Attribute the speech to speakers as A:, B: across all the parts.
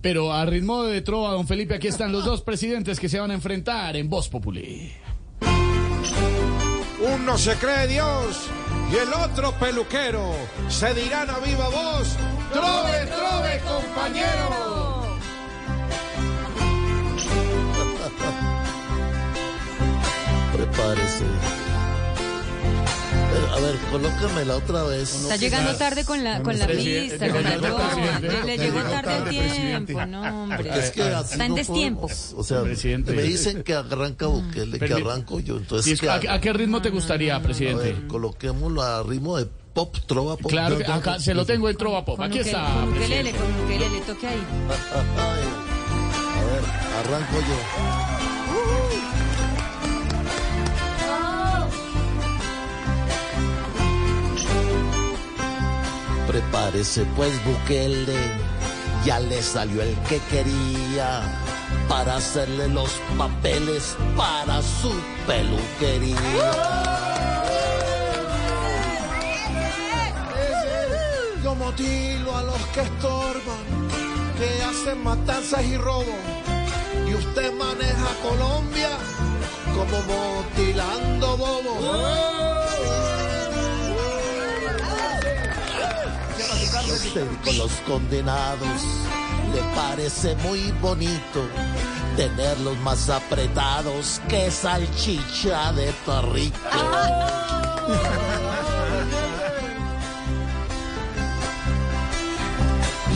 A: Pero a ritmo de trova, don Felipe, aquí están los dos presidentes que se van a enfrentar en Voz Populi.
B: Uno se cree Dios y el otro peluquero. Se dirán a viva voz, trove, trove, compañero.
C: Prepárese. Eh, A ver, colócamela otra vez.
D: Está llegando tarde con la, con la
A: presidente,
D: pista, con la
A: llegó tarde,
D: broma.
A: presidente.
D: Le llegó tarde el tiempo, no, hombre.
C: Porque es que así
D: Está en
C: no
D: destiempo. Mm.
C: podemos. O sea,
A: Presidente.
C: me dicen que arranca Bukele, que
A: Permi-
C: arranco yo.
A: Sí,
C: Entonces,
A: es-
C: ¿qué
A: ¿a,
C: hago?
A: a qué ritmo te gustaría,
C: Pues A
A: presidente?
C: ver, coloquémoslo a ritmo de pop, trova, pop.
A: Claro, que acá se lo tengo en trova pop.
D: Con
A: Aquí
D: ukelele,
A: está,
D: Con ukelele,
A: presidente.
D: con ukelele, toque ahí.
C: Ay, A ver, arranco yo. Prepárese pues Bukele, ya le salió el que quería para hacerle los papeles para su peluquería.
B: Yo motilo a los que estorban, que hacen matanzas y robo. Y usted maneja Colombia como motilando bobos.
C: Usted con los condenados le parece muy bonito tenerlos más apretados que salchicha de torrito.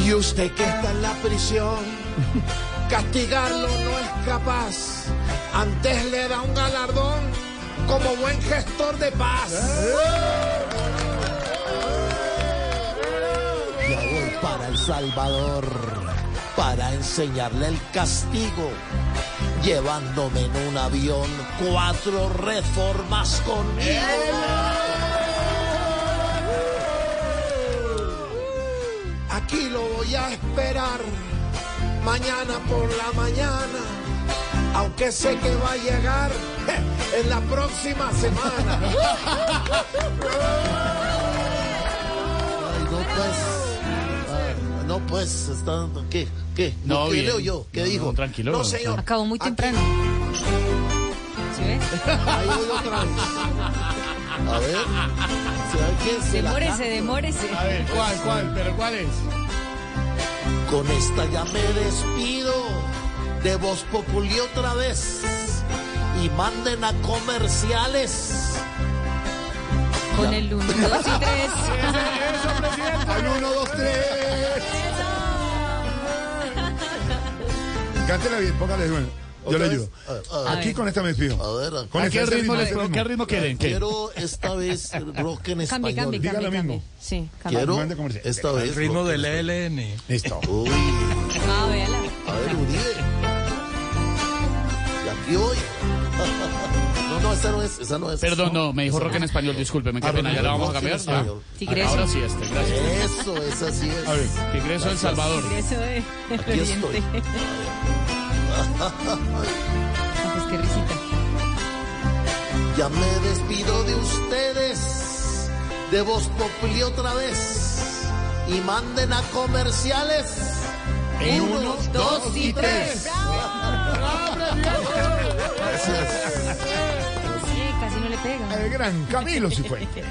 B: Y usted que está en la prisión, castigarlo no es capaz. Antes le da un galardón como buen gestor de paz.
C: Ya voy para El Salvador para enseñarle el castigo, llevándome en un avión cuatro reformas conmigo.
B: Aquí lo voy a esperar mañana por la mañana, aunque sé que va a llegar en la próxima semana.
C: Ay, no pues, Ay, no pues, está, ¿qué? ¿Qué?
A: No,
C: ¿Qué
A: bien.
C: leo yo? ¿Qué
A: No,
C: dijo?
A: no, tranquilo,
C: No,
A: no,
C: señor.
D: Acabó muy
C: Aquí-
D: temprano. ¿Sí ves?
C: Ahí voy otra vez. A ver. ¿Sabe qué? Se la
D: Demórese,
C: canto.
D: demórese.
A: A ver, ¿cuál, cuál? ¿Pero cuál es?
C: Con esta ya me despido de Voz Populi otra vez. Y manden a comerciales.
D: Con el 1, 2 y 3.
B: Al 1, 2, 3.
E: Cántela bien, póngale bueno. Yo
C: ¿Otra
E: le
C: vez?
E: ayudo.
C: A- a-
E: Aquí con esta me despido.
C: A ver,
E: Con
A: ¿A
E: el
A: qué
E: tercer
A: ritmo,
E: ritmo,
A: les-
E: ese
A: qué
E: ritmo.
A: ritmo quieren? ¿Qué?
C: Quiero esta vez rock en
D: Cambie,
C: español.
D: cambie,
E: Diga
D: cambie,
E: lo
D: cambie.
E: mismo.
D: Sí, cambie.
C: Quiero
E: Mande comercial.
C: esta vez.
F: El ritmo
C: rock en
F: del
C: español.
F: ELN.
E: Listo.
C: Uy,
D: Ah, véala.
C: a ver, Uribe. Y aquí voy. No, no, esa no es, esa no es.
A: Perdón, no, me dijo rock en español, discúlpeme, qué pena, ya la vamos a
C: rock en
A: cambiar. ya.
C: español.
D: Tigreso.
A: Ahora sí, este, gracias.
C: Eso, esa sí es.
E: A ver.
A: Tigreso El Salvador.
D: Ingreso de
C: Aquí estoy.
D: Oriente. Ah, Pues qué risita.
C: Ya me despido de ustedes, de Voz Populi otra vez, y manden a comerciales.
A: En
C: uno, dos y tres. Gracias.
D: Sí, casi no le pega.
E: El gran Camilo Cifuentes.